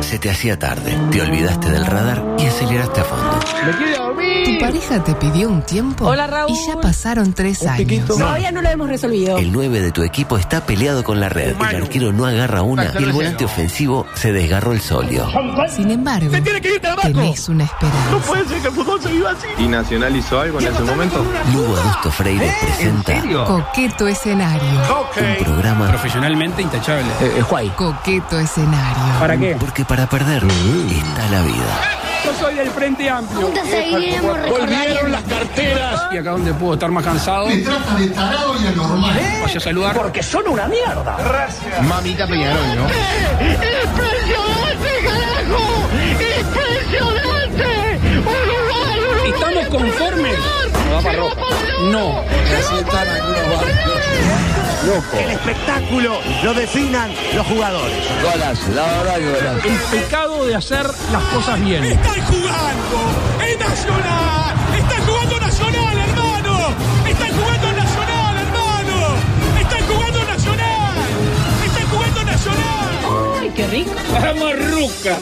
se te hacía tarde, te olvidaste del radar y aceleraste a fondo. ¡Me quiero Tu dormir! pareja te pidió un tiempo Hola, Raúl. y ya pasaron tres Un años. piquito. Todavía no lo hemos resolvido. El 9 de tu equipo está peleado con la red, el arquero no agarra una y el volante ofensivo se desgarró el solio. Sin embargo, ¡Se tiene que ir Tabaco! tenés una ¡No esperanza. puede ser que el fútbol se viva así! y nacionalizó algo en este ese momento. Lugo Augusto Freire presenta Coqueto escenario. un programa Profesionalmente intachable. Coqueto escenario. ¿Para qué? porque para perder está la vida. Yo soy del Frente Amplio. Juntos seguiremos Volvieron recordando. las carteras. Y acá donde puedo estar más cansado. Me trata de tarado y anormal. Vaya a saludar. Porque Mamita Peñarol, ¿no? ¡Impresionante, carajo! ¡Impresionante! ¡Uruguay, Uruguay! ¿Estamos conformes? ¡Se va para ropa! no. El pecado de hacer las cosas bien. Están jugando en Nacional. Están jugando Nacional, hermano. Están jugando Nacional, hermano. Están jugando Nacional. Están jugando Nacional. Ay, qué rico. Vamos, Ruca.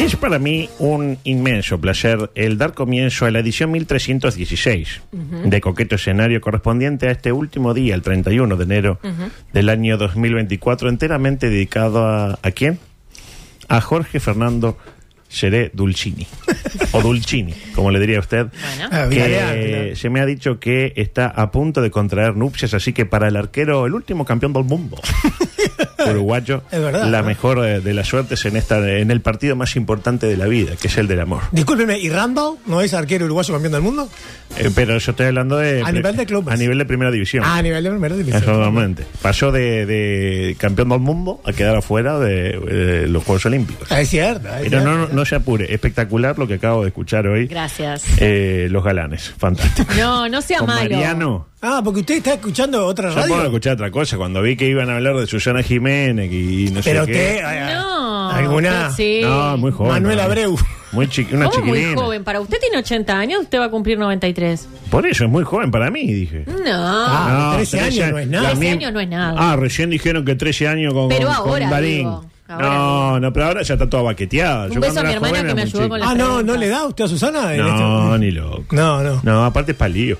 Y es para mí un inmenso placer el dar comienzo a la edición 1316 de Coqueto Escenario correspondiente a este último día, el 31 de enero del año 2024, enteramente dedicado a, ¿a quién? A Jorge Fernando Seré Dulcini, o Dulcini, como le diría usted, que se me ha dicho que está a punto de contraer nupcias, así que para el arquero, el último campeón del mundo uruguayo. Es verdad, La ¿no? mejor eh, de las suertes en esta en el partido más importante de la vida, que es el del amor. Discúlpeme, ¿y Randall no es arquero uruguayo campeón del mundo? Eh, pero yo estoy hablando de. A pri- nivel de clubes. A nivel de primera división. Ah, a nivel de primera división. Exactamente. Pasó de, de campeón del mundo a quedar afuera de, eh, los Juegos Olímpicos. Ah, Es cierto. es Pero cierto. no, no, no se apure, espectacular lo que acabo de escuchar hoy. Gracias. Eh, los galanes, fantástico. No, no sea Con malo. Mariano. Ah, porque usted está escuchando otra Yo puedo radio. escuchar otra cosa. Cuando vi que iban a hablar de Susana Jiménez y, y no sé Pero qué. usted. ah, No. ¿Alguna? pero Sí. No, muy joven. Manuel ¿no? Abreu. Muy chiqui- una ¿Cómo muy chiquilina. joven? Para usted tiene 80 años, usted va a cumplir 93. Por eso es muy joven para mí, dije. No. Ah, 13 años no es nada. a mí- 13 años no es nada. Ah, recién dijeron que 13 años con, Pero con- ahora, con Darín. digo, ahora no, no, pero ahora ya está todo baqueteado. Un Yo beso cuando a mi era hermana joven que era me muy ayudó chico. con la- Ah, no, no preguntas. le da usted a Susana. en este No, momento? ni loco. No, no. No, aparte es palío.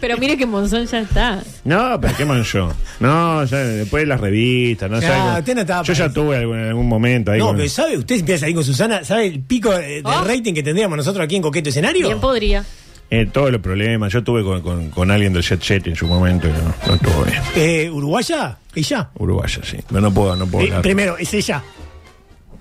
Pero mire que Monzón ya está. No, pero qué manchón. No, ya después las revistas, no Ya, sé, algo- tiene etapa. Yo ya tuve algún- en algún momento ahí. No, con- pero ¿sabe? Usted empieza ahí con Susana. ¿Sabe el pico de, de Oh. rating que tendríamos nosotros aquí en Coqueto Escenario? Bien podría. eh, todos los problemas. Yo tuve con, con- con alguien del Jet Set en su momento. y No, no estuvo bien. Eh, ¿Uruguaya? ¿Ella? Uruguaya, sí. No, no puedo, no puedo. Eh, hablar. primero, ¿es ella?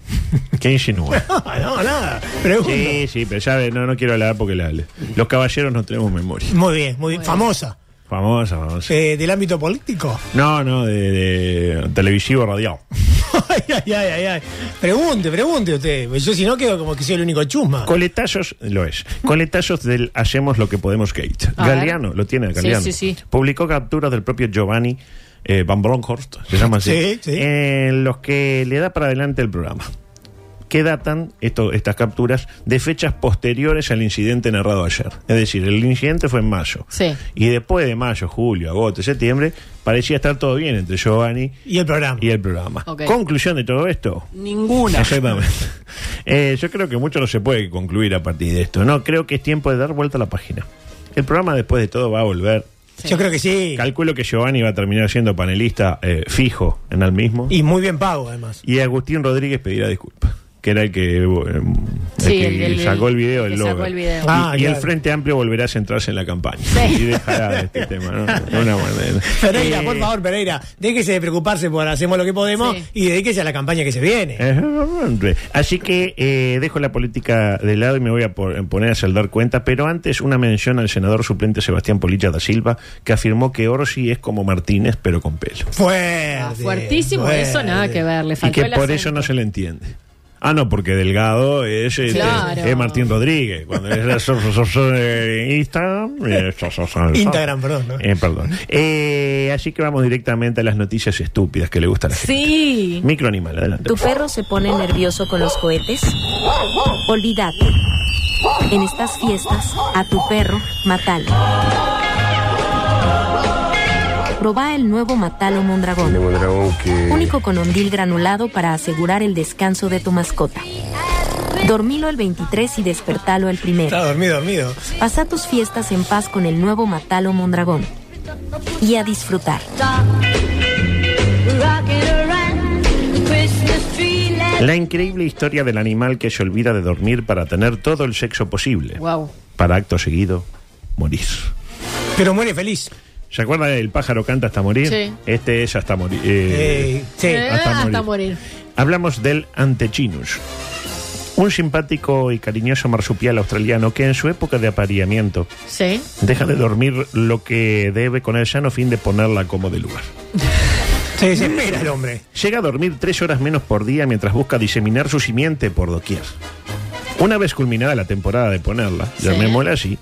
¿Qué insinúa? No, no, nada. Pregunto. Sí, sí, pero ya ve, no, no quiero hablar porque la- los caballeros no tenemos memoria. Muy bien, muy bien. Famosa. Famosa, famosa. Eh, ¿Del ámbito político? No, no, de, de televisivo radial. ay, ay, ay, ay, ay. Pregunte, pregunte usted. porque Yo si no quedo como que soy el único chusma. Coletazos, lo es. Coletazos del Hacemos lo que podemos Gate. A ver. Galeano, lo tiene Galeano. Sí, sí, sí. Publicó capturas del propio Giovanni eh, Van Bronckhorst, se llama así. Sí, sí. En los que le da para adelante el programa. Que datan esto, estas capturas de fechas posteriores al incidente narrado ayer. Es decir, el incidente fue en mayo. Sí. Y después de mayo, julio, agosto, septiembre, parecía estar todo bien entre Giovanni Y el programa. y el programa. Ok. Conclusión de todo esto. Ninguna. Exactamente. Eh, yo creo que mucho no se puede concluir a partir de esto. No, creo que es tiempo de dar vuelta a la página. El programa después de todo va a volver. Yo creo que sí. Calculo que Giovanni va a terminar siendo panelista eh, fijo en el mismo. Y, Y muy bien pago, además. Agustín Rodríguez pedirá disculpas. Que era el que, eh, el Sí, que el- el- sacó el video el del que sacó logo. el video. Y, Ah, y el claro. Frente Amplio volverá a centrarse en la campaña. Sí. Y dejará de este tema, ¿no? De una manera. Pereira, Eh, por favor, Pereira, déjese de preocuparse por hacemos lo que podemos Sí. y dedíquese a la campaña que se viene. Eh. Exactamente. Así que eh, dejo la política de lado y me voy a por- poner a saldar cuenta, pero antes una mención al senador suplente Sebastián Polilla da Silva, que afirmó que Orsi es como Martínez, pero con pelo. Fuerte. Ah, fuertísimo, fuerte. eso nada que ver. Le Y faltó que el por acento. eso no se le entiende. Ah, no, porque Delgado es, es- Claro. es- es Martín Rodríguez. Cuando es la so- so- so- so- eh, Instagram. eh, so- so- so- so- Instagram, perdón, ¿no? Eh, perdón. Eh, así que vamos directamente a las noticias estúpidas que le gustan a la gente. Sí. Microanimal, adelante. ¿Tu perro se pone nervioso con los cohetes? Olvídate. En estas fiestas, a tu perro, matalo. Probá el nuevo Matalo Mondragón. Tenemos un dragón que. Único con ondil granulado para asegurar el descanso de tu mascota. Dormilo el 23 y despertalo el Está primero. dormido, dormido. Pasa tus fiestas en paz con el nuevo Matalo Mondragón. Y a disfrutar. La increíble historia del animal que se olvida de dormir para tener todo el sexo posible. Wow. Para acto seguido, morir. Pero muere feliz. ¿Se acuerdan del pájaro canta hasta morir? Sí. Este es hasta morir. Eh, sí. Eh, hasta hasta, morir. morir. Hablamos del antechinus. Un simpático y cariñoso marsupial australiano que en su época de apareamiento Sí. deja de dormir lo que debe con el sano fin de ponerla como de lugar. Se desespera el hombre. Llega a dormir tres horas menos por día mientras busca diseminar su simiente por doquier. Una vez culminada la temporada de ponerla, Sí. llamémosla así,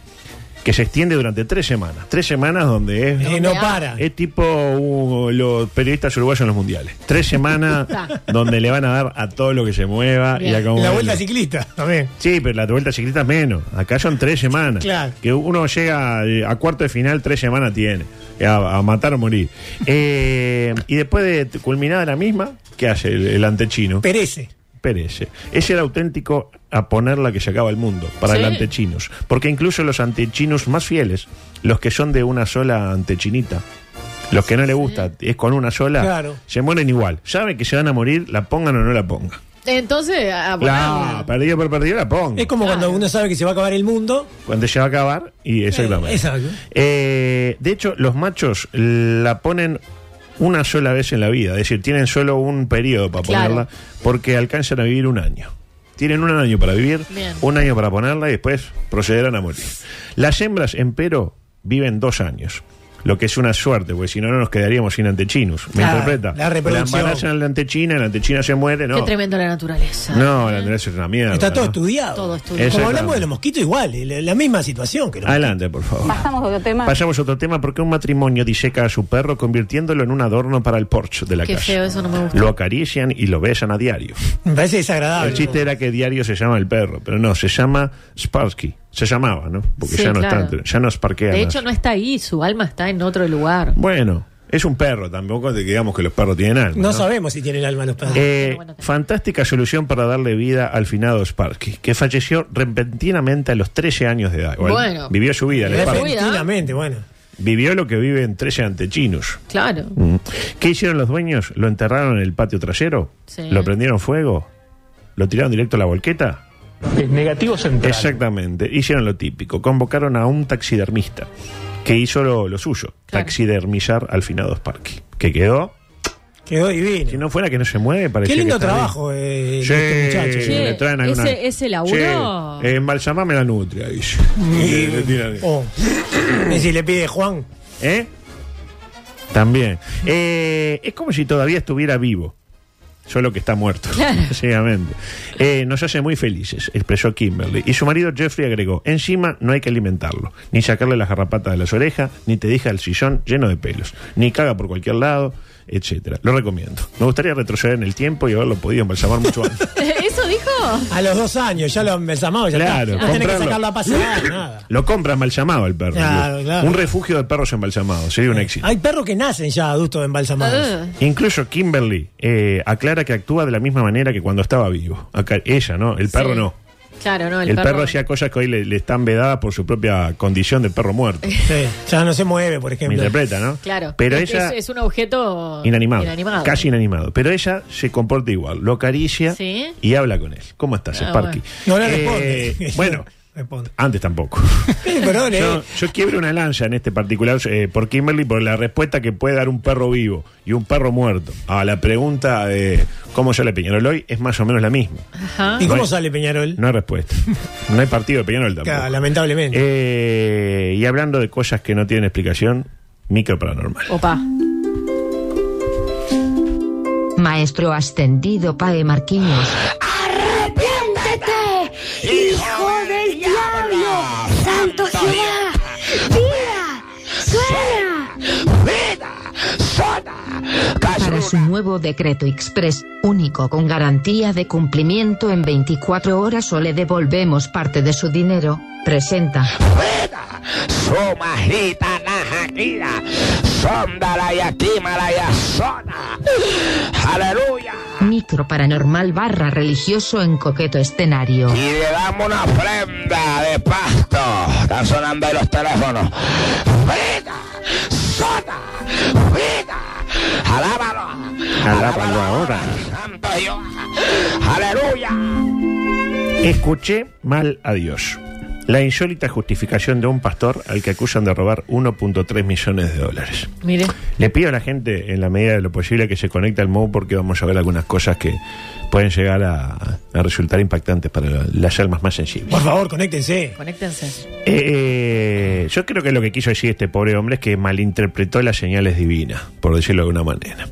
que se extiende durante tres semanas. Tres semanas donde es... Eh, no ah. para. Es tipo uh, los periodistas uruguayos en los mundiales. Tres semanas donde le van a dar a todo lo que se mueva y Bien. a cómo La baila. vuelta ciclista también. Sí, pero la vuelta ciclista es menos. Acá son tres semanas. Claro. Que uno llega eh, a cuarto de final, tres semanas tiene. Eh, A, a matar o morir. Eh, y después de t- culminada la misma, ¿qué hace el, el antechino? Perece. Perece. Es el auténtico a poner la que se acaba el mundo para Sí. el antechinos. Porque incluso los antechinos más fieles, los que son de una sola antechinita, los que no le gusta, es con una sola, Claro. se mueren igual. Sabe que se van a morir, la pongan o no la pongan. Entonces, ah, a- a- La, perdido por perdido la pongan. Es como cuando uno sabe que se va a acabar el mundo. Cuando se va a acabar, y exactamente. Eh, exacto. Eh, de hecho, los machos la ponen una sola vez en la vida, es decir, tienen solo un periodo para Claro. ponerla, porque alcanzan a vivir un año. Tienen un año para vivir, Bien. un año para ponerla y después procederán a morir. Las hembras, empero, viven dos años. Lo que es una suerte, porque si no, no nos quedaríamos sin antechinus. ¿Me Ah, interpreta? la reproducción. embarazan a la antechina, la antechina se muere, qué no. tremendo la naturaleza. No, la antechina es una mierda. Está todo ¿no? estudiado. Todo estudiado. Como Exactamente. hablamos de los mosquitos, igual. eh, La, la misma situación. Que los- Adelante, por favor. Pasamos a otro tema. Pasamos a otro tema porque un matrimonio diseca a su perro convirtiéndolo en un adorno para el porche de la Qué casa. feo, eso no me gusta. Lo acarician y lo besan a diario. Me parece desagradable. El chiste era que diario se llama el perro, pero no, se llama Sparsky. Se llamaba, ¿no? Porque Sí, ya no claro. está, ya no sparkea De más. hecho, no está ahí, su alma está en otro lugar. Bueno, es un perro, tampoco digamos que los perros tienen alma. No ¿no? sabemos si tienen alma los padres. Eh, bueno, te- fantástica solución para darle vida al finado Sparky, que falleció repentinamente a los 13 años de edad. Igual Bueno. vivió su vida, el Sparky. Repentinamente, bueno. Vivió lo que viven 13 antechinos. Claro. Mm. ¿Qué hicieron los dueños? ¿Lo enterraron en el patio trasero? Sí. ¿Lo prendieron fuego? ¿Lo tiraron directo a la volqueta? Es negativo central. Exactamente, hicieron lo típico. Convocaron a un taxidermista que hizo lo, lo suyo, Claro. taxidermizar al finado Sparky, que quedó. Quedó divino. Si no fuera que no se mueve, parecía Qué lindo que está trabajo, eh, bien. este muchacho. Sí, le traen Che, alguna- ese- ese laburo. Che, eh, embalsamame la nutria, dice. Le- le tiran- Oh. Y si le pide Juan. ¿Eh? También. Eh, es como si todavía estuviera vivo. Solo que está muerto, básicamente. Eh, nos hace muy felices, expresó Kimberly. Y su marido Jeffrey agregó, encima no hay que alimentarlo, ni sacarle las garrapatas de las orejas, ni te deja el sillón lleno de pelos, ni caga por cualquier lado, etcétera. Lo recomiendo. Me gustaría retroceder en el tiempo y haberlo podido embalsamar mucho antes. ¿Eso dijo? A los dos años ya lo han embalsamado, ya Claro, está. No tenés que comprarlo. sacarlo a pasear, nada. Lo compra embalsamado el perro. Claro, digo. claro. Un refugio de perros embalsamados, sería un éxito. Hay perros que nacen ya adultos embalsamados. Ah, Incluso Kimberly eh, aclara que actúa de la misma manera que cuando estaba vivo. Acá- ella, ¿no? El perro sí. no. Claro, no, el, El, perro... hacía cosas que hoy le, le están vedadas por su propia condición de perro muerto. Sí, ya no se mueve, por Me ejemplo. interpreta, ¿no? Claro. Pero es, ella. es, es un objeto Inanimado, Casi inanimado. Pero ella se comporta igual. Lo acaricia Sí. y habla con él. ¿Cómo estás, Ah, Sparky? No le Eh, responde. bueno, Responde. antes tampoco. Eh, Perdón, eh. Yo, yo quiebro una lanza en este particular eh, por Kimberly por la respuesta que puede dar un perro vivo y un perro muerto a la pregunta de cómo sale Peñarol hoy es más o menos la misma. Ajá. Ah, ¿Y No cómo hay- sale Peñarol? No hay respuesta. No hay partido de Peñarol tampoco. Claro, lamentablemente. Eh, y hablando de cosas que no tienen explicación, micro paranormal. Opa. Maestro ascendido Pae Marquinhos. ¡Arrepiéntete, hijo del diablo! ¡Santo Jehová! ¡Vida! ¡Suena! ¡Vida! ¡Son! Para su nuevo decreto express, único con garantía de cumplimiento en 24 horas o le devolvemos parte de su dinero, presenta. Somajita Najakira, Sondala y Akimala y Azona. Aleluya. Micro paranormal barra religioso en coqueto escenario. Y le damos una ofrenda de pasto. Están sonando ahí los teléfonos. ¡Vida! ¡Sota! ¡Vida! ¡Alábalo! Alábalo ahora. ¡Santo Dios! ¡Aleluya! Escuché mal a Dios. La insólita justificación de un pastor al que acusan de robar 1.3 millones de dólares. Mire. Le pido a la gente, en la medida de lo posible, que se conecte al MOU porque vamos a ver algunas cosas que pueden llegar a, a resultar impactantes para la- las almas más sensibles. Por favor, conéctense. Conéctense. Eh, yo creo que lo que quiso decir este pobre hombre es que malinterpretó las señales divinas, por decirlo de una manera.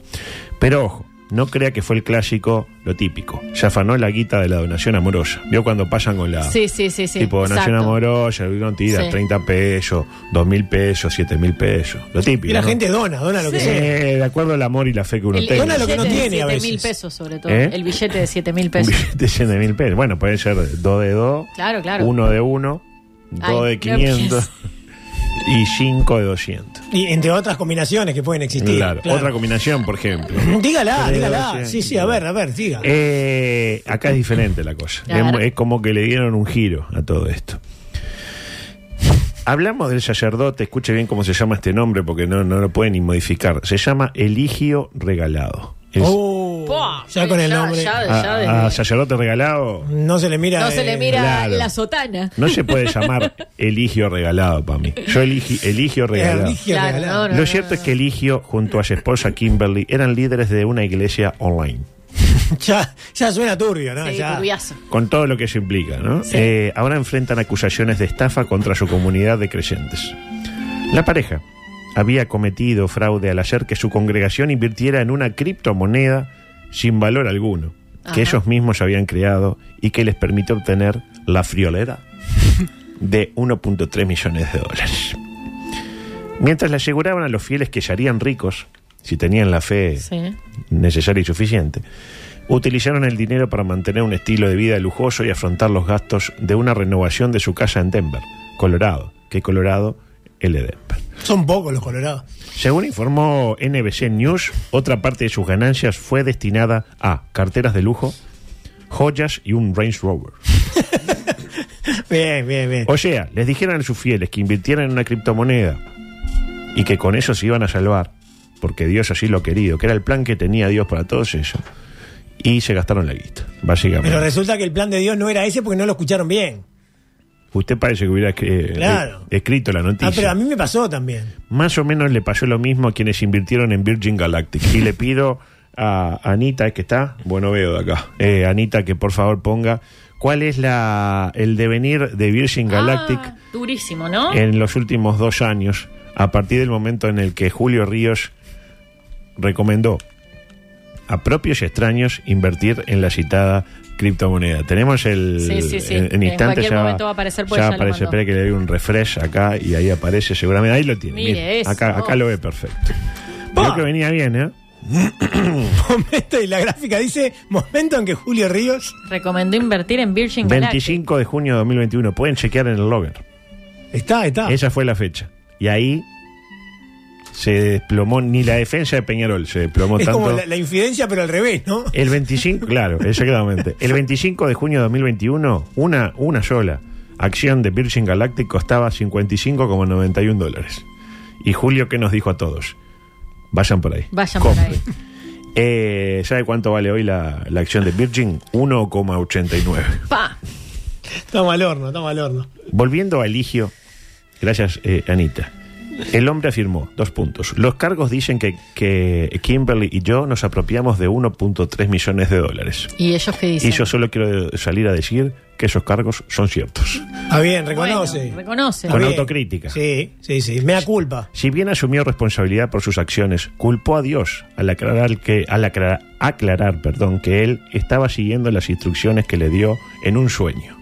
Pero ojo, no crea que fue el clásico, lo típico. Se afanó la guita de la donación amorosa. ¿Vio cuando pasan con la... Sí, sí, sí, sí. Tipo, donación Exacto. amorosa, vino tira, Sí. 30 pesos, 2 mil pesos, 7 mil pesos. Lo típico. Y la ¿no? gente dona, dona lo que Sí. sea. Eh, de acuerdo al amor y la fe que uno El, tenga. Dona lo que no billete tiene a de veces. 7 mil pesos, sobre todo. ¿Eh? El billete de 7 mil Un pesos. billete lleno de mil pesos. Bueno, puede ser 2 de 2, Claro, claro. 1 de 1, 2 Ay, de creo que 500 y 5 de 200. Y entre otras combinaciones que pueden existir. Claro. claro. Mm, Otra combinación, por ejemplo. Dígala, Tres de dígala. 200. Sí, sí, a ver, a ver, diga. Eh, acá es diferente la cosa. Claro. Es, es como que le dieron un giro a todo esto. Hablamos del sacerdote, escuche bien cómo se llama este nombre porque no, no lo pueden ni modificar. Se llama Eligio Regalado. Es- Oh, Buah, ya con el nombre. Ah, ya- ya desde- a, a sacerdote regalado No se le mira. no se le eh, mira claro. la sotana. no se puede llamar Eligio Regalado para mí. Yo eligi, Eligio Regalado. Eligio Claro, regalado. no, no, Lo no, cierto es que Eligio junto a su esposa Kimberly eran líderes de una iglesia online. Ya, ya suena turbio, ¿no? Sí, ya. turbiazo. Con todo lo que eso implica, ¿no? Sí. Eh, ahora enfrentan acusaciones de estafa contra su comunidad de creyentes. La pareja había cometido fraude al hacer que su congregación invirtiera en una criptomoneda sin valor alguno, Ajá. que ellos mismos habían creado y que les permitió obtener la friolera de 1.3 millones de dólares. Mientras le aseguraban a los fieles que se harían ricos si tenían la fe Sí. necesaria y suficiente. Utilizaron el dinero para mantener un estilo de vida lujoso y afrontar los gastos de una renovación de su casa en Denver, Colorado, que Colorado es de Denver. Son pocos los colorados. Según informó NBC News, otra parte de sus ganancias fue destinada a carteras de lujo, joyas y un Range Rover. Bien, bien, bien. O sea, les dijeron a sus fieles que invirtieran en una criptomoneda y que con eso se iban a salvar, porque Dios así lo ha querido, que era el plan que tenía Dios para todos ellos, y se gastaron la guita, básicamente. Pero resulta que el plan de Dios no era ese porque no lo escucharon bien. Usted parece que hubiera eh, Claro. eh, escrito la noticia. Ah, pero a mí me pasó también. Más o menos le pasó lo mismo a quienes invirtieron en Virgin Galactic. Y le pido a Anita, que está, bueno veo de acá, eh, Anita que por favor ponga cuál es la el devenir de Virgin Galactic Ah, durísimo, ¿no? en los últimos dos años, a partir del momento en el que Julio Ríos recomendó a propios y extraños invertir en la citada criptomoneda. Tenemos el Sí, sí, sí. en, en En instantes cualquier ya, momento va a aparecer, pues ya ya lo aparece, mandó. espera que le doy un refresh acá y ahí aparece seguramente. Ahí lo tiene. Mire, mire. eso. acá acá lo ve perfecto. Pa. Creo que venía bien, ¿eh? Momento y la gráfica dice momento en que Julio Ríos Recomendó invertir en Virgin Galactic. 25 de junio de 2021. Pueden chequear en el logger. está, Ah. está. Esa fue la fecha. Y ahí se desplomó ni la defensa de Peñarol se desplomó es tanto. como la, la infidencia, pero al revés, ¿no? El 25, claro, exactamente. El 25 de junio de 2021, una, una sola acción de Virgin Galactic costaba 55,91 dólares. Y Julio, ¿qué nos dijo a todos? Vayan por ahí. Vayan por ahí. Eh, ¿Sabe cuánto vale hoy la, la acción de Virgin? 1,89. Pa. Estamos al horno, estamos al horno. Volviendo a Eligio, gracias eh, Anita. El hombre afirmó, dos puntos. Los cargos dicen que, que Kimberly y yo nos apropiamos de 1.3 millones de dólares. ¿Y ellos qué dicen? Y yo solo quiero salir a decir que esos cargos son ciertos. Está bien, reconoce. Bueno, reconoce. Está Con bien. autocrítica. Sí, sí, sí. Me da culpa. Si bien asumió responsabilidad por sus acciones, culpó a Dios al aclarar que al aclarar, aclarar, perdón, que él estaba siguiendo las instrucciones que le dio en un sueño.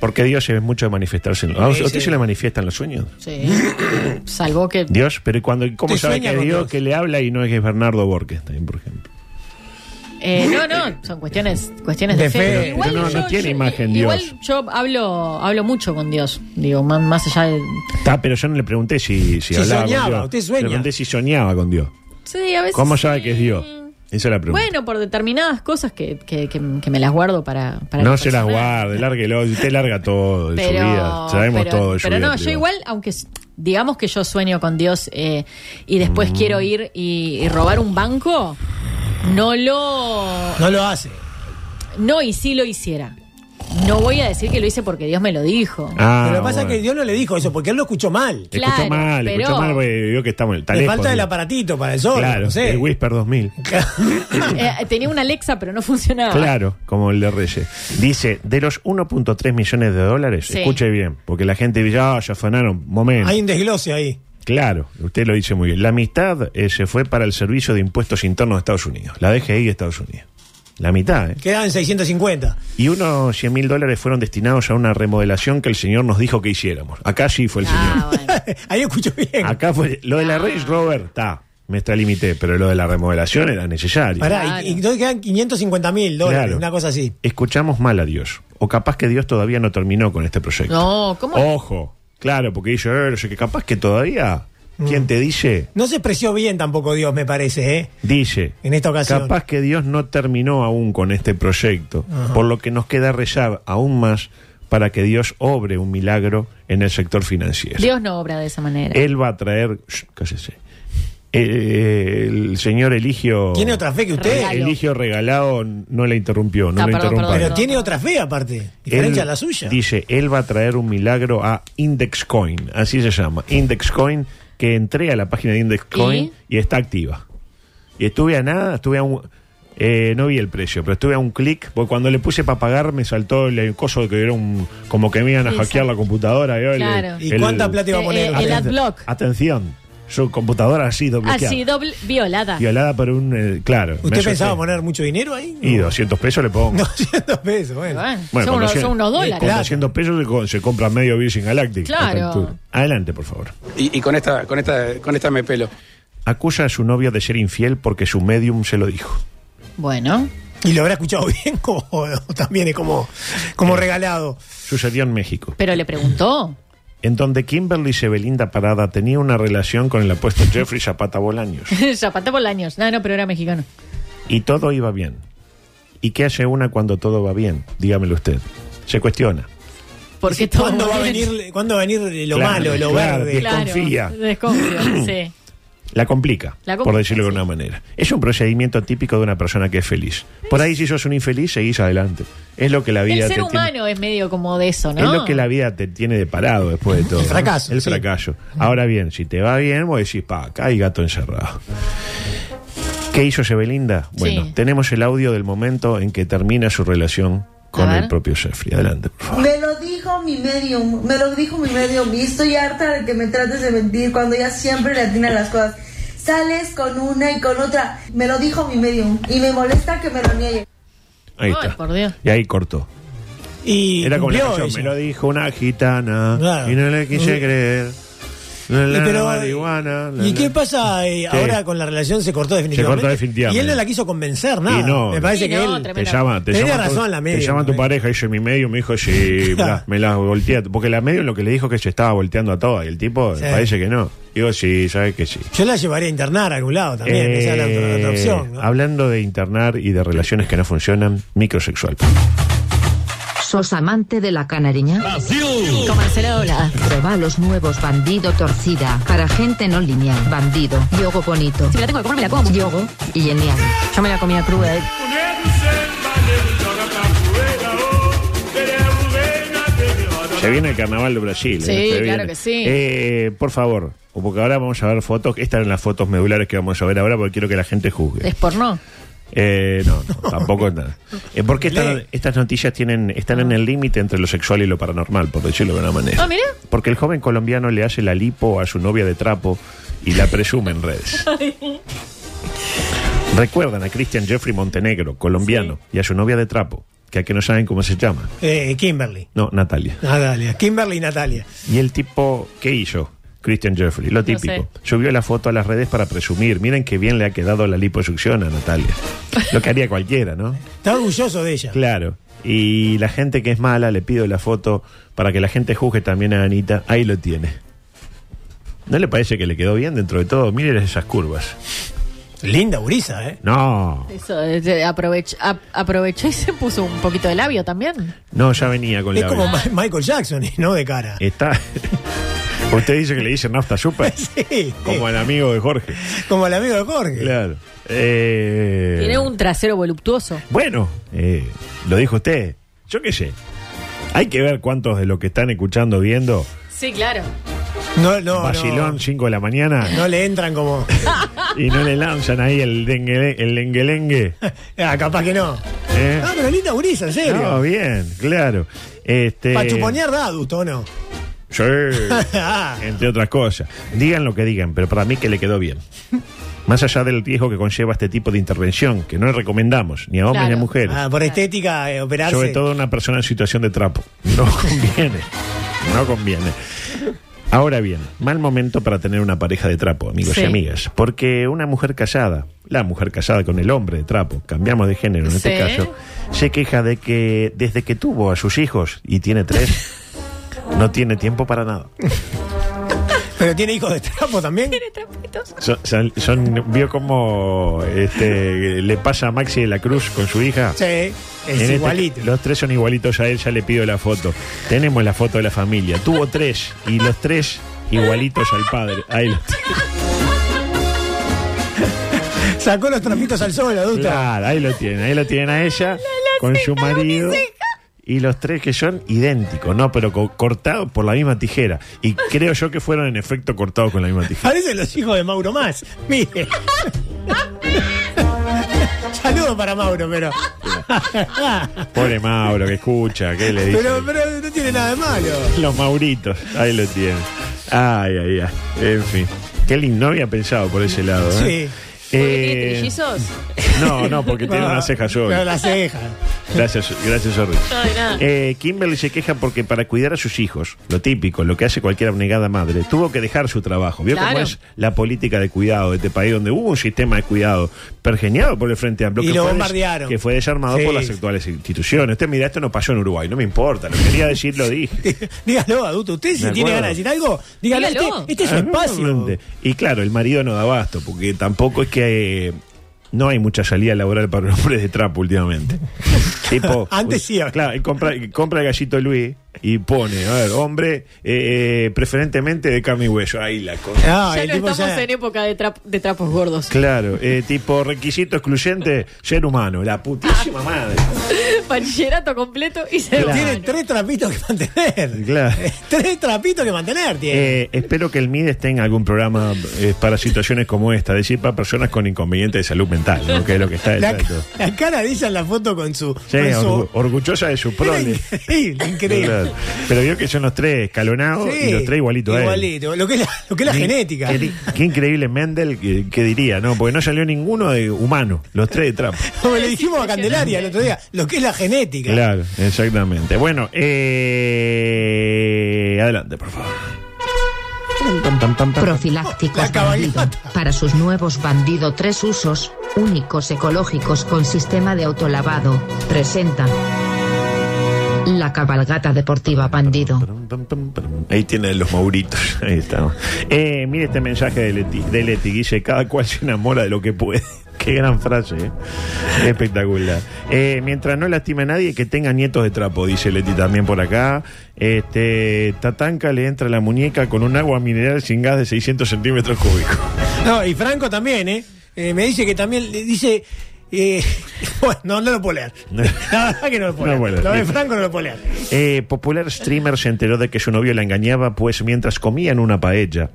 Porque Dios es mucho de manifestarse. en- ¿A Sí, usted sí. se le manifiestan los sueños? Sí. Salvo que. Dios, pero ¿y cuando, y ¿cómo Te sabe sueña que con Dios Dios. que le habla y no es que es Bernardo Borges? También, por ejemplo. eh, no, no, son cuestiones, cuestiones de, fe. Pero Igual, no, no yo, tiene imagen Dios. igual yo hablo, hablo mucho con Dios. Digo, más, más allá de. Está, Ah, pero yo no le pregunté si, si, Si hablaba soñaba, con Dios. usted sueña. Le pregunté si soñaba con Dios. Pues Sí, a veces. ¿Cómo sabe que es Dios? Esa es la pregunta. Bueno, por determinadas cosas que, que, que- que me las guardo para. para no la se las persona. guarde, lárguelo. Usted larga todo de su vida. Sabemos pero- todo de su pero vida no, yo privada. igual, aunque s- digamos que yo sueño con Dios eh, y Mm. después quiero ir y, y robar un banco, no lo. No lo hace. No, y si lo hiciera. No voy a decir que lo hice porque Dios me lo dijo. Ah, pero lo que pasa bueno. es que Dios no le dijo eso, porque él lo escuchó mal. Escuchó Claro, mal, pero- escuchó mal porque vio que estamos en el Le teléfono. falta el aparatito para el sol. Claro, no sé. el Whisper 2000. Eh, tenía una Alexa, pero no funcionaba. Claro, como el de Reyes. Dice, de los 1.3 millones de dólares, Sí. escuche bien, porque la gente dice, ah, ya sonaron, momento. Hay un desglose ahí. Claro, usted lo dice muy bien. La amistad eh, se fue para el Servicio de Impuestos Internos de Estados Unidos, la DGI de Estados Unidos. La mitad, ¿eh? Quedan 650. Y unos 100 mil dólares fueron destinados a una remodelación que el señor nos dijo que hiciéramos. Acá sí fue el Ah, Ahí escucho bien. señor. Acá fue. Lo de Ah. la Range Rover, está, me extralimité, pero lo de la remodelación era necesario. Pará, y- y entonces quedan 550 mil dólares, Claro. una cosa así. Escuchamos mal a Dios. O capaz que Dios todavía no terminó con este proyecto. No, ¿cómo? Ojo, claro, porque yo, eh, no sé que capaz que todavía. Mm. ¿Quién te dice? No se expresó bien tampoco Dios, me parece, ¿eh? Dice. En esta ocasión. Capaz que Dios no terminó aún con este proyecto, Ajá. por lo que nos queda rezar aún más para que Dios obre un milagro en el sector financiero. Dios no obra de esa manera. Él va a traer. Shh, cállese. Eh, el señor Eligio. eh, Tiene otra fe que usted. Regalo. Eligio regalado no la interrumpió, no, la interrumpa. Pero tiene otra fe aparte, diferencia Él a la suya. Dice, él va a traer un milagro a IndexCoin, así se llama. IndexCoin, que entré a la página de IndexCoin ¿Y? está activa. Y estuve a nada, estuve a un... eh, no vi el precio, pero estuve a un clic, porque cuando le puse para pagar me saltó el, el coso de que era un... como que me iban a Sí, hackear la computadora. ¿vio? El- Claro. ¿Y cuánta plata iba a poner? Eh, eh, el Aten- adblock. Atención, su computadora ha sido Ha bloqueada. sido bl- violada. Violada por un... eh, claro. me ¿Usted asusté. pensaba poner mucho dinero ahí? Y 200 pesos le pongo. 200 pesos, bueno. Bueno, son, con unos, 200 son unos dólares. Con 200 pesos se, co- se compra medio Virgin Galactic. Claro. a esta altura. Adelante, por favor. Y, y con esta, con esta, con esta me pelo. Acusa a su novio de ser infiel porque su medium se lo dijo. Bueno. ¿Y lo habrá escuchado bien? Como, o también es como, como Eh. regalado. Sucedió en México, Pero le preguntó. en donde Kimberly Sebelinda Parada tenía una relación con el apuesto Jeffrey Zapata Bolaños. Zapata Bolaños. No, no, pero era mexicano. Y todo iba bien. ¿Y qué hace una cuando todo va bien? Dígamelo usted. Se cuestiona. Porque todo ¿Cuándo va, a bien. venir, ¿Cuándo va a venir lo Claro, malo, lo claro, verde? claro. Desconfía. Desconfío, sí. La complica, La complica, por decirlo de una manera. Es un procedimiento típico de una persona que es feliz. Por ahí si sos un infeliz, seguís adelante. Es lo que la vida El te ser tiene- humano es medio como de eso, ¿no? Es lo que la vida te tiene de parado después de todo. El fracaso, El sí. fracaso. Ahora bien, si te va bien, vos decís, pa, acá hay gato encerrado. ¿Qué hizo Sebelinda? Bueno, Sí. tenemos el audio del momento en que termina su relación con A ver. el propio Jeffrey. Adelante, por favor. Me lo dijo mi medium, me lo dijo mi medium y estoy harta de que me trates de mentir cuando ella siempre le atina las cosas. Sales con una y con otra, me lo dijo mi medium y me molesta que me lo niegue. Ahí Ay, está. por Dios. Y ahí cortó. Y Era como la cumplió canción, ella. me lo dijo una gitana Claro. y no le quise Mm. creer. La, la, Y pero- eh, marihuana. la, ¿Y la. qué pasa eh, ¿Qué? ahora con la relación? Se cortó definitivamente. Se cortó definitivamente. Y él no la quiso convencer nada. Y no, me parece que él te llama, te tenía llama tu- razón la media. Te llama tu pareja, dice mi medio, me dijo, sí, Claro. me la volteé. Porque la medio lo que le dijo que se estaba volteando a todas. Y el tipo Sí. parece que no. Digo, sí, sabe que sí. Yo la llevaría a internar a algún lado también. esa es la otra, la otra Eh, opción. Hablando de internar y de relaciones que no funcionan, microsexual. ¿Sos amante de la canariña? Comercial doblada. Proba los nuevos Bandido Torcida para gente no lineal. Bandido, yogo bonito. Si me la tengo que comer, me la como. Yogo y genial. Yo me la comía cruda. ¿eh? Se viene el carnaval de Brasil. ¿eh? Sí, se claro viene. que sí. Eh, por favor, porque ahora vamos a ver fotos. Estas son las fotos medulares que vamos a ver ahora porque quiero que la gente juzgue. Es porno. Eh, no, no, tampoco es nada. Eh, porque estas- estas noticias tienen, están en el límite entre lo sexual y lo paranormal, por decirlo de una manera. Ah, mira. Porque el joven colombiano le hace la lipo a su novia de trapo y la presume en redes. Recuerdan a Christian Jeffrey Montenegro, colombiano, y a su novia de trapo, que aquí no saben cómo se llama. Eh, Kimberly. No, Natalia. Natalia. Kimberly y Natalia. Y el tipo, ¿qué hizo? Christian Jeffrey, lo típico. sé. Subió la foto a las redes para presumir. Miren qué bien le ha quedado la liposucción a Natalia. Lo que haría cualquiera, ¿no? Está orgulloso de ella. Claro. Y la gente que es mala, le pido la foto para que la gente juzgue también a Anita. Ahí lo tiene. ¿No le parece que le quedó bien dentro de todo? Miren esas curvas. Linda Urisa, ¿eh? No, Eso, eh, aprovech- ap- aprovechó y se puso un poquito de labio también. no, ya venía con Es la como vena. Ma- Michael Jackson, y no de cara. Está. Usted dice que le dice nafta super. Sí, Como el amigo de Jorge. como el amigo de Jorge. Claro. Eh, Tiene un trasero voluptuoso. Bueno, eh, lo dijo usted. Yo qué sé. Hay que ver cuántos de los que están escuchando, viendo. Sí, claro. No, no, Basilón, 5 de la mañana. No le entran como. Y no le lanzan ahí el dengue, el lenguelengue. Ah, capaz que no. ¿eh? Ah, pero linda Urisa, en serio. No, bien, claro. Este, Para chuponear da adusto, ¿o no? Ah, Sí. entre otras cosas. Digan lo que digan, pero para mí que le quedó bien. Más allá del riesgo que conlleva este tipo de intervención, que no le recomendamos, ni a hombres ni a mujeres. Ah, por estética, eh, operarse. Sobre todo una persona en situación de trapo. No conviene. No conviene. Ahora bien, mal momento para tener una pareja de trapo, amigos Sí. y amigas. Porque una mujer casada, la mujer casada con el hombre de trapo, cambiamos de género en este Sí. caso, se queja de que desde que tuvo a sus hijos y tiene tres, no tiene tiempo para nada. Pero tiene hijos de trapo también. Son, son- son- vio cómo este, le pasa a Maxi de la Cruz con su hija. Sí, es En este- igualito. los tres son igualitos a él, ya le pido la foto. Tenemos la foto de la familia. Tuvo tres y los tres igualitos al padre. Ahí lo Sacó los trapitos al sol, adulta. Claro, ahí lo tienen, ahí lo tienen a ella con su marido. Y los tres que son idénticos, ¿no? Pero co- cortados por la misma tijera. Y creo yo que fueron en efecto cortados con la misma tijera. Parecen los hijos de Mauro Más. Mire. Saludos para Mauro, pero. Pobre Mauro que escucha, ¿qué le dice? pero, pero no tiene nada de malo. Los Mauritos, ahí lo tienen. Ay, ay, ay. En fin. Qué lindo, no había pensado por ese lado. ¿eh? Eh, ¿Trillizos? no, no, porque tiene Ah, una ceja Pero sola. las cejas. Gracias, gracias, Orri. No, de nada. Eh, Kimberly se queja porque para cuidar a sus hijos, lo típico, lo que hace cualquier abnegada madre, tuvo que dejar su trabajo. ¿Vio cómo Claro. es la política de cuidado de este país donde hubo un sistema de cuidado pergeñado por el Frente Amplio Y que, lo fue des- bombardearon. que fue desarmado Sí. por las actuales instituciones? Usted mira, esto no pasó en Uruguay, no me importa, lo quería decir, lo dije. Dígalo, adulto. Usted si De tiene acuerdo. ganas de decir algo, dígalo. Este, Dígalo. este Ah, es su espacio. Exactamente. Y claro, el marido no da abasto, porque tampoco es que eh, no hay mucha salida laboral para los hombres de trapo últimamente. tipo, Antes sí había. Claro, él compra, compra el gallito Luis y pone, a ver, hombre, eh, eh, preferentemente de carne y hueso. Ahí la cosa. Ah, ya el no tipo estamos ya- en época de, trap- de trapos gordos. Claro, eh, tipo requisito excluyente, ser humano, la putísima madre. Bachillerato completo y se Claro. Tiene tres trapitos que mantener. Eh, Claro. Tres trapitos que mantener tiene. Eh, espero que el MIDES tenga algún programa eh, para situaciones como esta, es decir, para personas con inconvenientes de salud mental, ¿no? que es lo que está la, detrás de todo. la cara de ella en la foto con su. Eh, Sí, con su- orgu- orgullosa de su prole. Increíble, increíble. Claro. Pero vio que son los tres escalonados y los tres igualitos a él. Igualito. Lo que es la, lo que es la Ni- genética. Qué, qué increíble Mendel que, que diría, ¿no? Porque no salió ninguno de humano, los tres de trapo. Como le dijimos a Candelaria el otro día, lo que es la genética. Claro, exactamente. Bueno, eh, adelante, por favor. Tan, tan, tan, tan. Profilácticos bandido. Para sus nuevos bandido tres usos, únicos ecológicos con sistema de autolavado, presentan. La cabalgata deportiva bandido. Ahí tiene los mauritos. Ahí estamos. Eh, mire este mensaje de Leti, de Leti, Guille. Cada cual se enamora de lo que puede. Qué gran frase, ¿eh? Espectacular. Eh, mientras no lastime a nadie, que tenga nietos de trapo, dice Leti también por acá. Este, Tatanca le entra la muñeca con un agua mineral sin gas de 600 centímetros cúbicos. No, y Franco también, ¿eh? Eh, me dice que también le dice. eh, bueno, no, no lo puedo leer. La verdad que no lo puedo No leer. puedo leer. Lo de Listo. Franco no lo puedo leer. Eh, popular streamer se enteró de que su novio la engañaba, pues mientras comían una paella,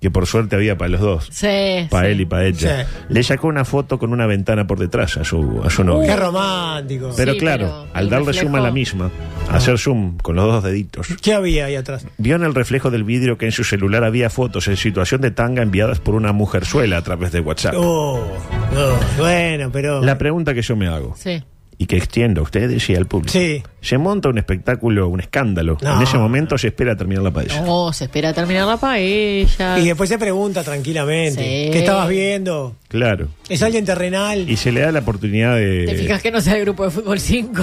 que por suerte había para los dos. Sí. para sí. él y para ella. Sí. Le sacó una foto con una ventana por detrás a su, a su novio. Qué romántico. Pero Sí, claro, pero al el darle reflejo- zoom a la misma, hacer zoom con los dos deditos, ¿Qué había ahí atrás? vio en el reflejo del vidrio que en su celular había fotos en situación de tanga enviadas por una mujerzuela a través de WhatsApp. Oh, oh, bueno, pero. La pregunta que yo me hago, Sí. y que extienda a ustedes y al público. Se monta un espectáculo, un escándalo. No. En ese momento se espera terminar la paella. No, se espera terminar la paella. Y después se pregunta tranquilamente. Sí. ¿Qué estabas viendo? Claro. ¿Es alguien terrenal? Y se le da la oportunidad de... Te fijas que no sea el grupo de fútbol 5.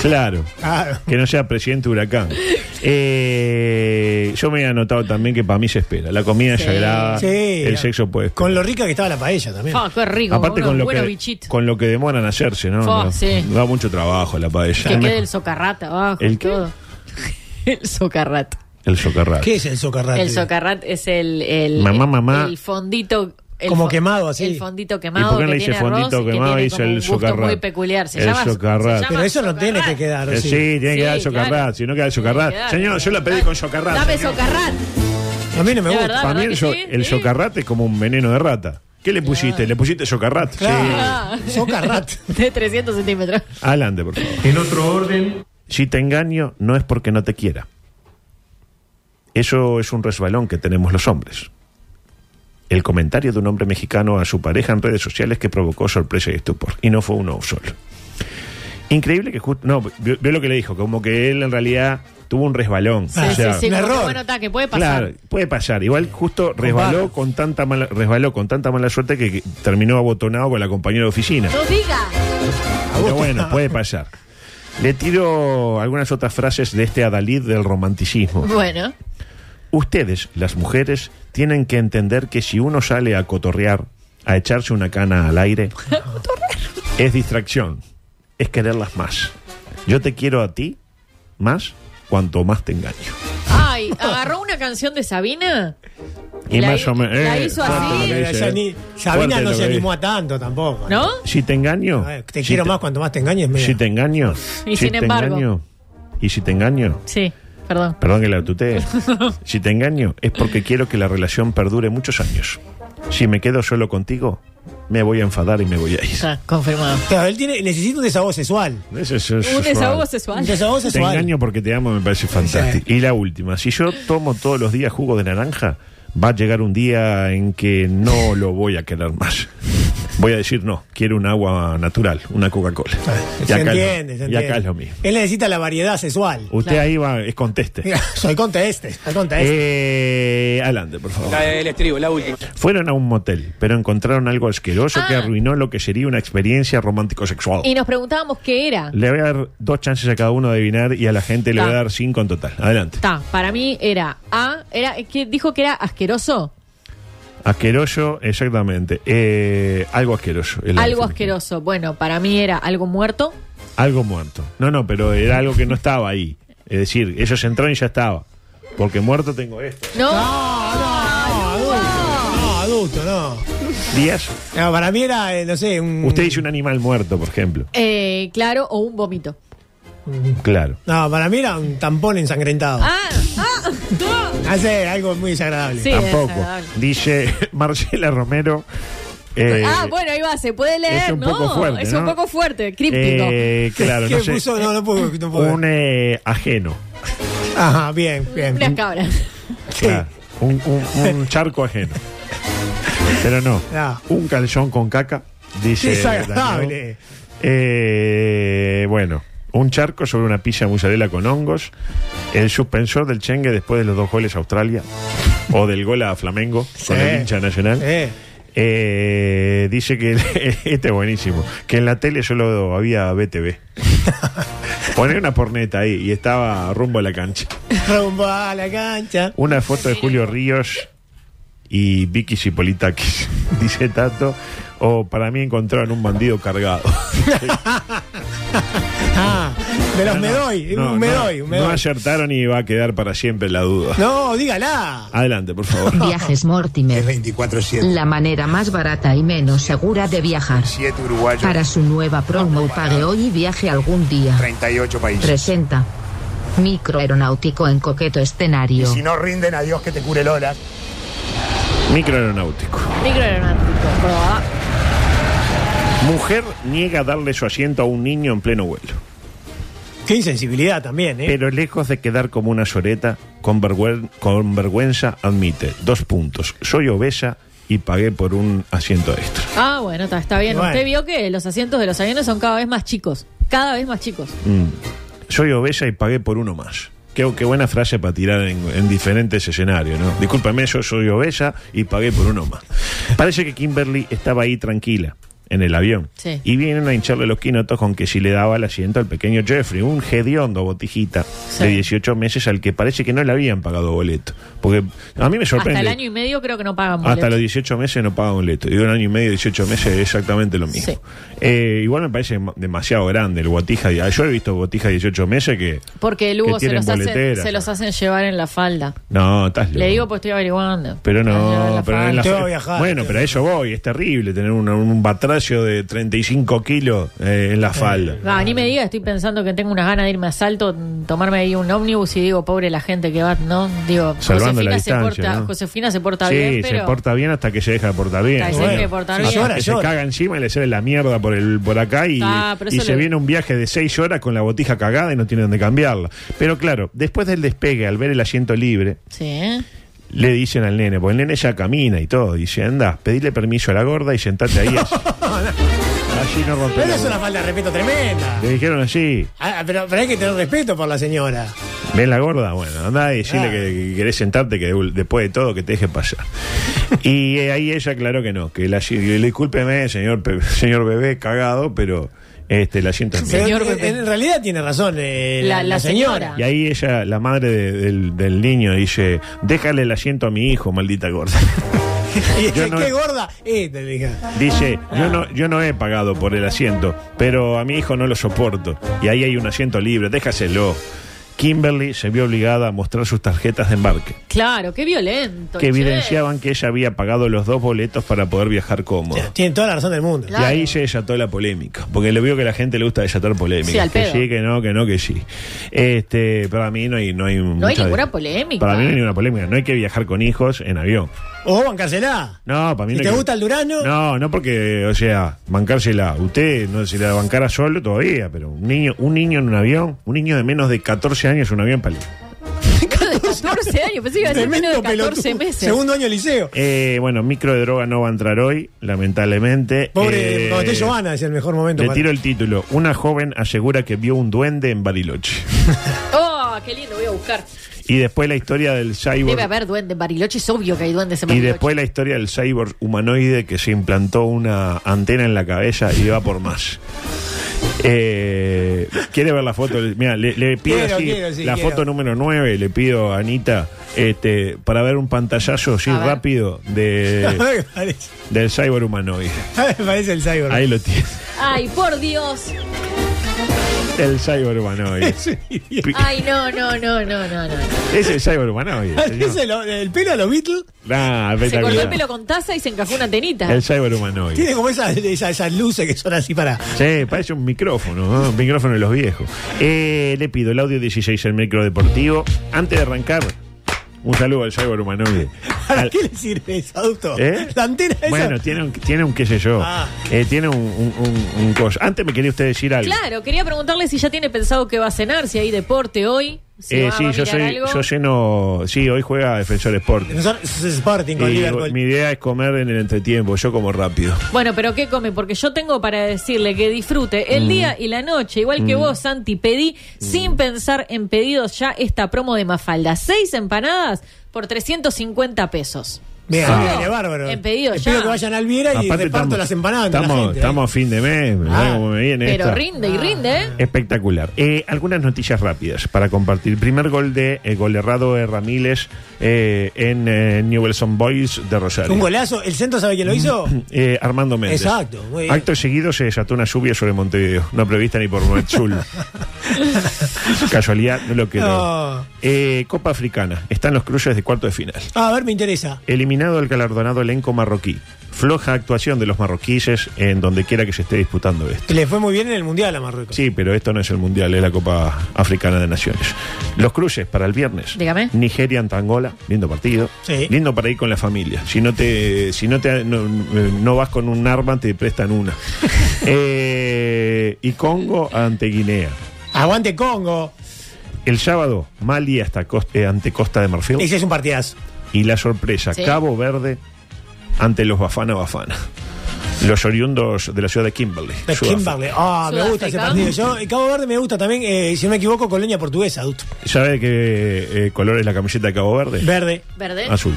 Claro. Ah, Que no sea presidente huracán. Eh, yo me he anotado también que para mí se espera. La comida Sí. es sagrada. Sí. El sexo puede esperar. Con lo rica que estaba la paella también. Ah, qué rico. Aparte unos con lo, buenos que, bichitos. con lo que demoran hacerse, ¿no? Fua, No, sí. Da mucho trabajo la paella. Que quede el socarrat abajo. ¿El y qué? todo. el socarrat. El socarrat. Eh, ¿Qué es el socarrate? El socarrat es el, el, Mamá, mamá. el fondito. el Como fo- quemado, así. El fondito ¿Y quemado. por qué no que le dice tiene arroz fondito y que quemado tiene y dice como un el gusto socarrat? muy peculiar. Se El llama socarrat. se llama Pero eso no tiene que quedar. ¿o Eh, sí, tiene Sí, que dar el socarrat. claro. Si no queda el socarrat. quedar. Señor, yo la pedí con socarrat. Dame señor. socarrat. A mí no La me gusta. verdad, Para mí ¿verdad el, que so- sí? el socarrat es como un veneno de rata. ¿Qué le pusiste? Le pusiste socarrat. Ah. Socarrat. De 300 centímetros. Sí. Adelante, por favor. En otro orden. Si te engaño, no es porque no te quiera. Eso es un resbalón que tenemos los hombres. El comentario de un hombre mexicano a su pareja en redes sociales que provocó sorpresa y estupor. Y no fue uno solo. Increíble que justo. No, vio, vio lo que le dijo, como que él en realidad tuvo un resbalón. Sí, O sí, sea, sí, como que, Bueno, está, que puede pasar. Ah, Claro, puede pasar. Igual justo resbaló con tanta mala, resbaló con tanta mala suerte que que terminó abotonado con la compañera de oficina. No diga. Pero bueno, puede pasar. Le tiro algunas otras frases de este adalid del romanticismo. Bueno. Ustedes, las mujeres, tienen que entender que si uno sale a cotorrear, a echarse una cana al aire, es distracción, es quererlas más. Yo te quiero a ti más cuanto más te engaño. Ay, agarró una canción de Sabina. Y La más hi- o menos. la hizo fuerte así. lo que Pero dice, ella eh. ni- Fuerte Sabina lo no que se dice. animó a tanto tampoco. ¿No? Si te engaño. Te si quiero más cuanto más te engañes. mira. Si te engaño. Y si sin te embargo. engaño. Y si te engaño. Sí, perdón. Perdón que la tutee. si te engaño es porque quiero que la relación perdure muchos años. Si me quedo solo contigo, me voy a enfadar y me voy a ir. Está Ah, confirmado. Claro, él tiene, necesita un desahogo sexual. Eso es- eso es Un desahogo suave. sexual. Un desahogo Te sexual. engaño porque te amo, me parece fantástico. Y la última, si yo tomo todos los días jugo de naranja, va a llegar un día en que no lo voy a querer más. Voy a decir no, quiero un agua natural, una Coca-Cola. Y Se acá es lo- entiende, se y acá es entiende. lo mismo. Él necesita la variedad sexual. Usted ahí va, es conteste. Mira, soy contra este, soy contra este. Eh, adelante, por favor. del estribo, la última. Fueron a un motel, pero encontraron algo asqueroso que arruinó lo que sería una experiencia romántico-sexual. Ah. Y nos preguntábamos qué era. Le voy a dar dos chances a cada uno de adivinar y a la gente le voy a Ta. dar cinco en total. Adelante. Está, para mí era A, era es que dijo que era asqueroso, Asqueroso, exactamente. Eh, algo asqueroso. el algo alfa. asqueroso. Bueno, para mí era algo muerto. Algo muerto. No, no, pero era algo que no estaba ahí. Es decir, ellos entraron y ya estaba. Porque muerto tengo esto. No. Eh. No, adulto, no. Díaz, No, para mí era, eh, no sé, un. usted dice un animal muerto, por ejemplo. Eh, claro, o un vómito. Claro. No, para mí era un tampón ensangrentado. Ah, ah, no. Hace algo muy desagradable. Sí, es Tampoco. agradable. Dice Marcela Romero. eh, ah, bueno, ahí va, se puede leer, es un ¿no? poco fuerte, es ¿no? un poco fuerte, críptico. eh, claro, ¿Qué no sé. puso? No, no puedo. No puedo. Un eh, ajeno. Ajá, bien, bien. Unas cabras. Claro. Un, un- un charco ajeno. Pero no. No. Un calzón con caca. Dice. Daniel. Desagradable. Eh, bueno, un charco sobre una pizza de mozzarella con hongos. El suspensor del Chengue después de los dos goles a Australia. o del gol a Flamengo con Sí. el hincha nacional. Eh, Eh, dice que este es buenísimo. Que en la tele solo había BTV. Poner una porneta ahí y estaba rumbo a la cancha. rumbo a la cancha. Una foto de Julio Ríos y Vicky Cipolitakis, dice Tato. O para mí encontraron un bandido cargado. Ah, de los No, no, Medoy. no, un Medoy, no, un No Medoy. acertaron y va a quedar para siempre la duda. No, dígala. Adelante, por favor. Viajes Mortimer. La manera más barata y menos segura de viajar. Para su nueva promo pague hoy y viaje algún día. 38 países. Presenta. Microaeronáutico en coqueto escenario. no rinden, a Dios que te cure el olas. Microaeronáutico. Microaeronáutico, probá. Mujer niega darle su asiento a un niño en pleno vuelo. Qué insensibilidad también, ¿eh? Pero lejos de quedar como una soreta, con, vergüen- con vergüenza admite. Dos puntos. Soy obesa y pagué por un asiento extra. Ah, bueno, está, está bien. Bueno. Usted vio que los asientos de los aviones son cada vez más chicos. cada vez más chicos. Mm. Soy obesa y pagué por uno más. Qué, qué buena frase para tirar en, en diferentes escenarios, ¿no? Discúlpame, yo soy obesa y pagué por uno más. Parece que Kimberly estaba ahí tranquila, en el avión. Sí. Y vienen a hincharle los quinotos con que si le daba el asiento al pequeño Jeffrey, un hediondo botijita Sí. de 18 meses al que parece que no le habían pagado boleto. Porque a mí me sorprende. Hasta el año y medio creo que no pagan Hasta boleto. los 18 meses no paga boleto. Y de un año y medio, 18 meses, es exactamente lo mismo. Sí. Eh, igual me parece ma- demasiado grande el botija. de- Yo he visto botija de 18 meses que. Porque Lugo que se tienen los, hacen, boleteras. se los hacen llevar en la falda. No, estás loco. Le digo pues estoy averiguando. Pero Llevar no, la pero en la falda. fe- Bueno, pero a eso voy. Es terrible tener un, un batracio de 35 kilos eh, en la falda. Ah, ni me diga, estoy pensando que tengo unas ganas de irme a salto, mm, tomarme ahí un ómnibus y digo, pobre la gente que va, ¿no? Digo, Salvando la Josefina se distancia, porta, ¿no? Josefina se porta sí, bien, se pero porta bien hasta que se deja de portar bien. Hasta que se deje de portar Hasta bien. que se Llora, llora. caga encima y le sale la mierda por el por acá y, Ah, pero y eso se le- viene un viaje de seis horas con la botija cagada y no tiene dónde cambiarla. Pero claro, después del despegue, al ver el asiento libre, Sí, ¿eh? le dicen al nene, porque el nene ya camina y todo, dice, anda, pedile permiso a la gorda y sentate ahí. así, así no rompe Pero la es una bola". falta de respeto tremenda. Le dijeron así, Ah, pero, pero hay que tener respeto por la señora. ¿Ven la gorda? Bueno, andá y decirle que, que querés sentarte, que de- después de todo que te deje pasar. y eh, ahí ella aclaró que no, que la, que discúlpeme, señor, pe- señor bebé, cagado, pero este, la siento Pero en, en realidad tiene razón eh, la, la señora. Y ahí ella, la madre de- del, del niño, dice, déjale el asiento a mi hijo, maldita gorda. Y dice, Yo no- qué gorda. Esta, le dije. Dice, yo no, yo no he pagado por el asiento, pero a mi hijo no lo soporto. Y ahí hay un asiento libre, déjaselo. Kimberly se vio obligada a mostrar sus tarjetas de embarque. claro, qué violento. que che. evidenciaban que ella había pagado los dos boletos para poder viajar cómodo. Tiene toda la razón del mundo. Y ahí se desató la polémica, porque le veo que a la gente le gusta desatar polémica. Sí, al que pedo. sí, que no, que no, que sí. Este, para mí no hay, no hay, No hay mucha- ninguna polémica. Para mí no hay ninguna polémica. No hay que viajar con hijos en avión. O bancársela. No, para mí Si no te hay que- gusta el Durano, No, no porque, o sea, bancársela. Usted no se la bancara solo todavía, pero un niño, un niño en un avión, un niño de menos de 14 años en un avión palito. de 14 años, pensé que iba a ser menos de 14 meses. año de liceo. Eh, bueno, micro de droga no va a entrar hoy, lamentablemente. pobre Eh, Botello Giovanna es el mejor momento. Le para- tiro el título. Una joven asegura que vio un duende en Bariloche. Oh, qué lindo, voy a buscar. Y después la historia del Debe cyborg. haber duendes en Bariloche, es obvio que hay duendes en Y Bariloche. después la historia del cyborg humanoide que se implantó una antena en la cabeza y va por más. Eh, ¿Quiere ver la foto? Mira, le, le pido Quiero, así, quiero, sí, la quiero. foto número 9, le pido a Anita, este, para ver un pantallazo así A ver. rápido de, me parece, del cyborg humanoide. me parece el cyborg. Ahí lo tiene. Ay, por Dios. El cyborg humanoide. Ay, no, no, no, no, no, no. Es el cyborg humanoide. señor. Parece lo- el pelo a los Beatles. Nah, Se cortó el espectacular. pelo con taza y se encajó una tenita. El cyber humanoide. Tiene como esas, esas, esas luces que son así para. Sí, parece un micrófono, ¿no? un micrófono de los viejos. Eh, le pido el audio 16 el micro deportivo. Antes de arrancar, un saludo al cyber humanoide. ¿Para Al- qué le sirve ese adulto? ¿Eh? La antena esa. Bueno, tiene un, tiene un qué sé yo. Ah. Eh, tiene un, un, un- un coso. Antes me quería usted decir algo. Claro, quería preguntarle si ya tiene pensado que va a cenar, si hay deporte hoy. Si Eh, va, sí, va a yo mirar soy, algo. yo lleno. Sí, hoy juega Defensor Sporting. Nosotros- es Sporting con Y Liverpool. mi idea es comer en el entretiempo. Yo como rápido. Bueno, pero ¿qué come? Porque yo tengo para decirle que disfrute el día y la noche, igual que Mm. vos, Santi. Pedí, sin pensar en pedidos, ya esta promo de Mafalda. Seis empanadas por 350 pesos. Bien, Ah. viene bárbaro. En pedido Espero ya. que vayan al Viera y Aparte reparto estamos- las empanadas entre Estamos, la gente. eh. Ah. estamos a fin de mes. mirá cómo me viene Pero esta. Ah. rinde y rinde, ¿eh? Espectacular. Eh, algunas noticias rápidas para compartir. Primer gol de el gol de Rado eh, Ramírez eh, en eh, Newell's Old Boys de Rosario. ¿eh? Un golazo. ¿El centro sabe quién lo hizo? Eh, Armando Méndez. Exacto, muy bien. Acto seguido se desató una lluvia sobre Montevideo, no prevista ni por Metzul. Casualidad, no lo quedó. No. Eh, Copa Africana. Están los cruces de cuarto de final. Ah, a ver, me interesa. Eliminado el galardonado elenco marroquí. Floja actuación de los marroquíes en donde quiera que se esté disputando esto. Le fue muy bien en el Mundial a Marruecos. Sí, pero esto no es el Mundial, es la Copa Africana de Naciones. Los cruces para el viernes. Dígame. Nigeria ante Angola, lindo partido. Sí. Lindo para ir con la familia. Si no te, si no te no, no vas con un arma, te prestan una. Eh, y Congo ante Guinea. Aguante Congo. El sábado, Mali hasta Costa- eh, ante Costa de Marfil. Ese es un partidazo. Y la sorpresa, Sí. Cabo Verde ante los Bafana Bafana. Los oriundos de la ciudad de Kimberley. De Sudáfrica. Kimberley. Ah, me gusta ese Sudáfrica. partido. Yo, eh, Cabo Verde me gusta también, eh, si no me equivoco, colonia portuguesa, adulto. ¿Sabe qué eh, color es la camiseta de Cabo Verde? Verde. Verde. Azul.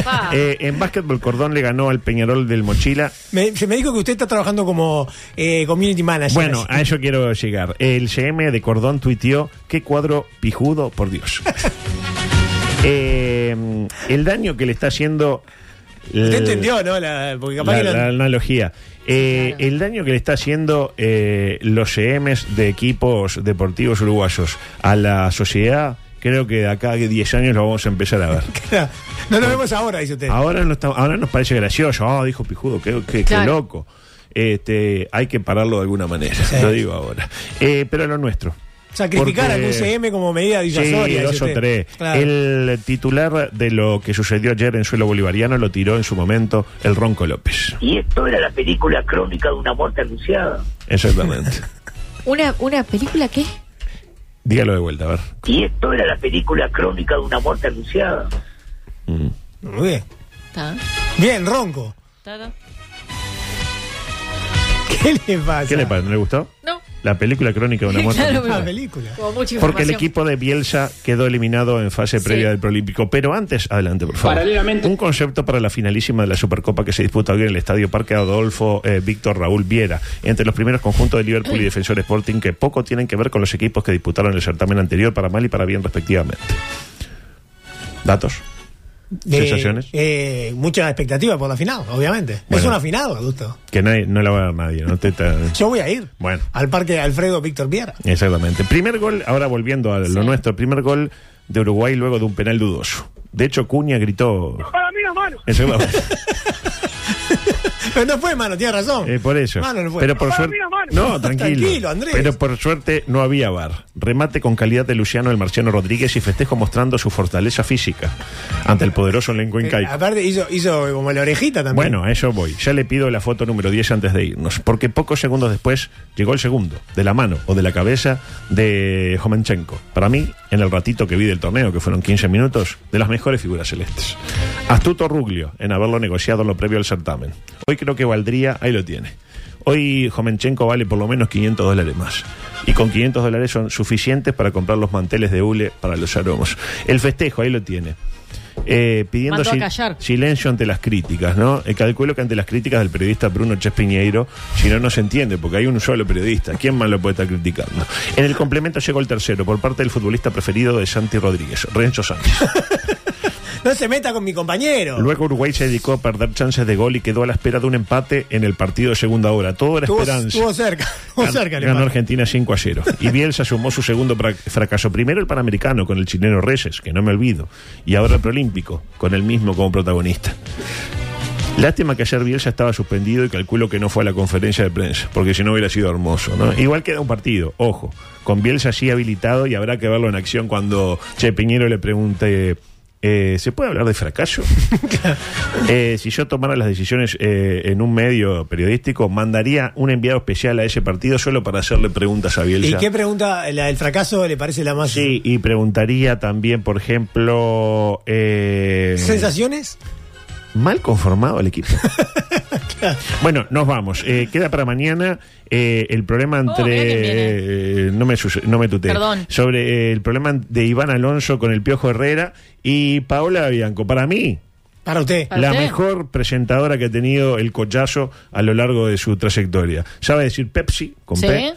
Opa. Eh, en básquetbol Cordón le ganó al Peñarol del Mochila. Me- se me dijo que usted está trabajando como eh, community manager. Bueno, Así. a eso quiero llegar. El CM de Cordón tuiteó, qué cuadro pijudo, por Dios. Eh, el daño que le está haciendo... usted el- entendió, ¿no? La- porque capaz eh, la, que no- la analogía. Eh, El daño que le está haciendo eh, los CMs de equipos deportivos uruguayos a la sociedad, creo que de acá a 10 años lo vamos a empezar a ver. no lo vemos ahora, dice usted. Ahora, no está- ahora nos parece gracioso. Ah, dijo Pijudo, qué, qué- qué Claro. loco. Este, hay que pararlo de alguna manera, lo digo ahora. Eh, pero lo nuestro. Sacrificar Porque- algún CM como medida Sí, disuasoria. dice dos o usted. tres. Claro. El titular de lo que sucedió ayer en suelo bolivariano lo tiró en su momento el Ronco López. Y esto era la película crónica de una muerte anunciada. Exactamente. ¿Una, ¿Una película qué? Dígalo de vuelta, a ver. Y esto era la película crónica de una muerte anunciada. Muy bien. Está. Bien, ronco. Está, ¿Qué le pasa? ¿Qué le pasa? ¿No le gustó? No. La película crónica de una muerte. Claro, anunciada. pero- película. Como mucha Porque el información. equipo de Bielsa quedó eliminado en fase previa Sí. del Prolímpico. Pero antes, adelante, por favor. Paralelamente- Un concepto para la finalísima de la Supercopa que se disputa hoy en el Estadio Parque Adolfo eh, Víctor Raúl Viera. Entre los primeros conjuntos de Liverpool y Defensor Sporting que poco tienen que ver con los equipos que disputaron el certamen anterior para mal y para bien respectivamente. ¿Datos? De- ¿Sensaciones? eh, mucha expectativa por la final, obviamente. Es Bueno. una final, adulto. Que nadie- no la va a ver nadie. ¿no? Te- te- Yo voy a ir Bueno. al parque Alfredo Víctor Viera. Exactamente. Primer gol, ahora volviendo a lo nuestro, primer gol de Uruguay luego de un penal dudoso. De hecho, Cuña gritó. Para mí las manos. Exactamente. Pero no fue mano, tiene razón. Eh, por eso. Mano, no fue. Pero por Para suerte. mí no, mano. No, tranquilo. Tranquilo, Andrés. Pero por suerte no había bar. Remate con calidad de Luciano el Marciano Rodríguez y festejo mostrando su fortaleza física ante el poderoso Lengo Eh, Incaico. aparte hizo, hizo como la orejita también. Bueno, a eso voy. Ya le pido la foto número 10 antes de irnos, porque pocos segundos después llegó el segundo, de la mano o de la cabeza de Jomenchenko. Para mí, en el ratito que vi del torneo, que fueron 15 minutos, de las mejores figuras celestes. Astuto Ruglio en haberlo negociado en lo previo al certamen. Hoy creo que valdría, ahí lo tiene. Hoy Jomenchenko vale por lo menos 500 dólares más. Y con 500 dólares son suficientes para comprar los manteles de hule para los aromos. El festejo, ahí lo tiene. Eh, pidiendo Mandó a sil- callar. silencio ante las críticas, ¿no? Eh, calculo que ante las críticas del periodista Bruno Chespiñeiro, si no, no se entiende, porque hay un solo periodista. ¿Quién más lo puede estar criticando? En el complemento llegó el tercero, por parte del futbolista preferido de Santi Rodríguez, Renzo Sánchez. No se meta con mi compañero. Luego Uruguay se dedicó a perder chances de gol y quedó a la espera de un empate en el partido de segunda hora. Todo era Estuvo, esperanza. estuvo cerca. Estuvo Gan- cerca, le ganó pasa. Argentina 5 a 0. Y Bielsa sumó su segundo pra- fracaso. Primero el Panamericano con el chileno Reyes, que no me olvido. Y ahora el Proolímpico, con el mismo como protagonista. Lástima que ayer Bielsa estaba suspendido y calculo que no fue a la conferencia de prensa, porque si no hubiera sido hermoso. ¿no? Igual queda un partido, ojo, con Bielsa así habilitado y habrá que verlo en acción cuando Che Piñero le pregunte, eh, ¿se puede hablar de fracaso? Eh, si yo tomara las decisiones eh, en un medio periodístico, mandaría un enviado especial a ese partido solo para hacerle preguntas a ¿Y Bielsa. qué pregunta? ¿La del fracaso le parece la más. Sí, y preguntaría también, por ejemplo, eh, ¿Sensaciones? mal conformado el equipo. Bueno, nos vamos. Eh, queda para mañana eh, el problema entre. eh, no, me suce- no me tuteé. Perdón. Sobre eh, el problema de Iván Alonso con el Piojo Herrera y Paola Bianco. Para mí, Para usted. la mejor presentadora que ha tenido el collazo a lo largo de su trayectoria. Sabe decir Pepsi con Sí. P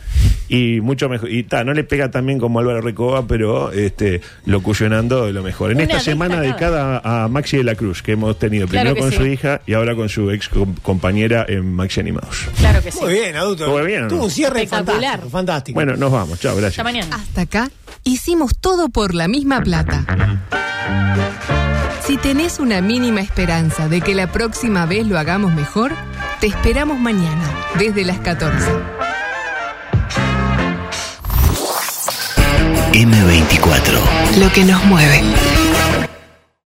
y mucho mejor. Y ta, no le pega tan bien como Álvaro Recoba, pero este, locucionando de lo mejor. En Una esta semana destacada. dedicada a Maxi de la Cruz, que hemos tenido Claro primero que con sí. su hija y ahora con su ex com- compañera en Maxi Animados. Claro que sí. Muy bien, adulto. Muy bien, ¿no? Tuvo un cierre Espectacular. fantástico. fantástico. Bueno, nos vamos. Chao, gracias. Hasta mañana. Hasta acá hicimos todo por la misma plata. Si tenés una mínima esperanza de que la próxima vez lo hagamos mejor, te esperamos mañana, desde las 14. M24. Lo que nos mueve.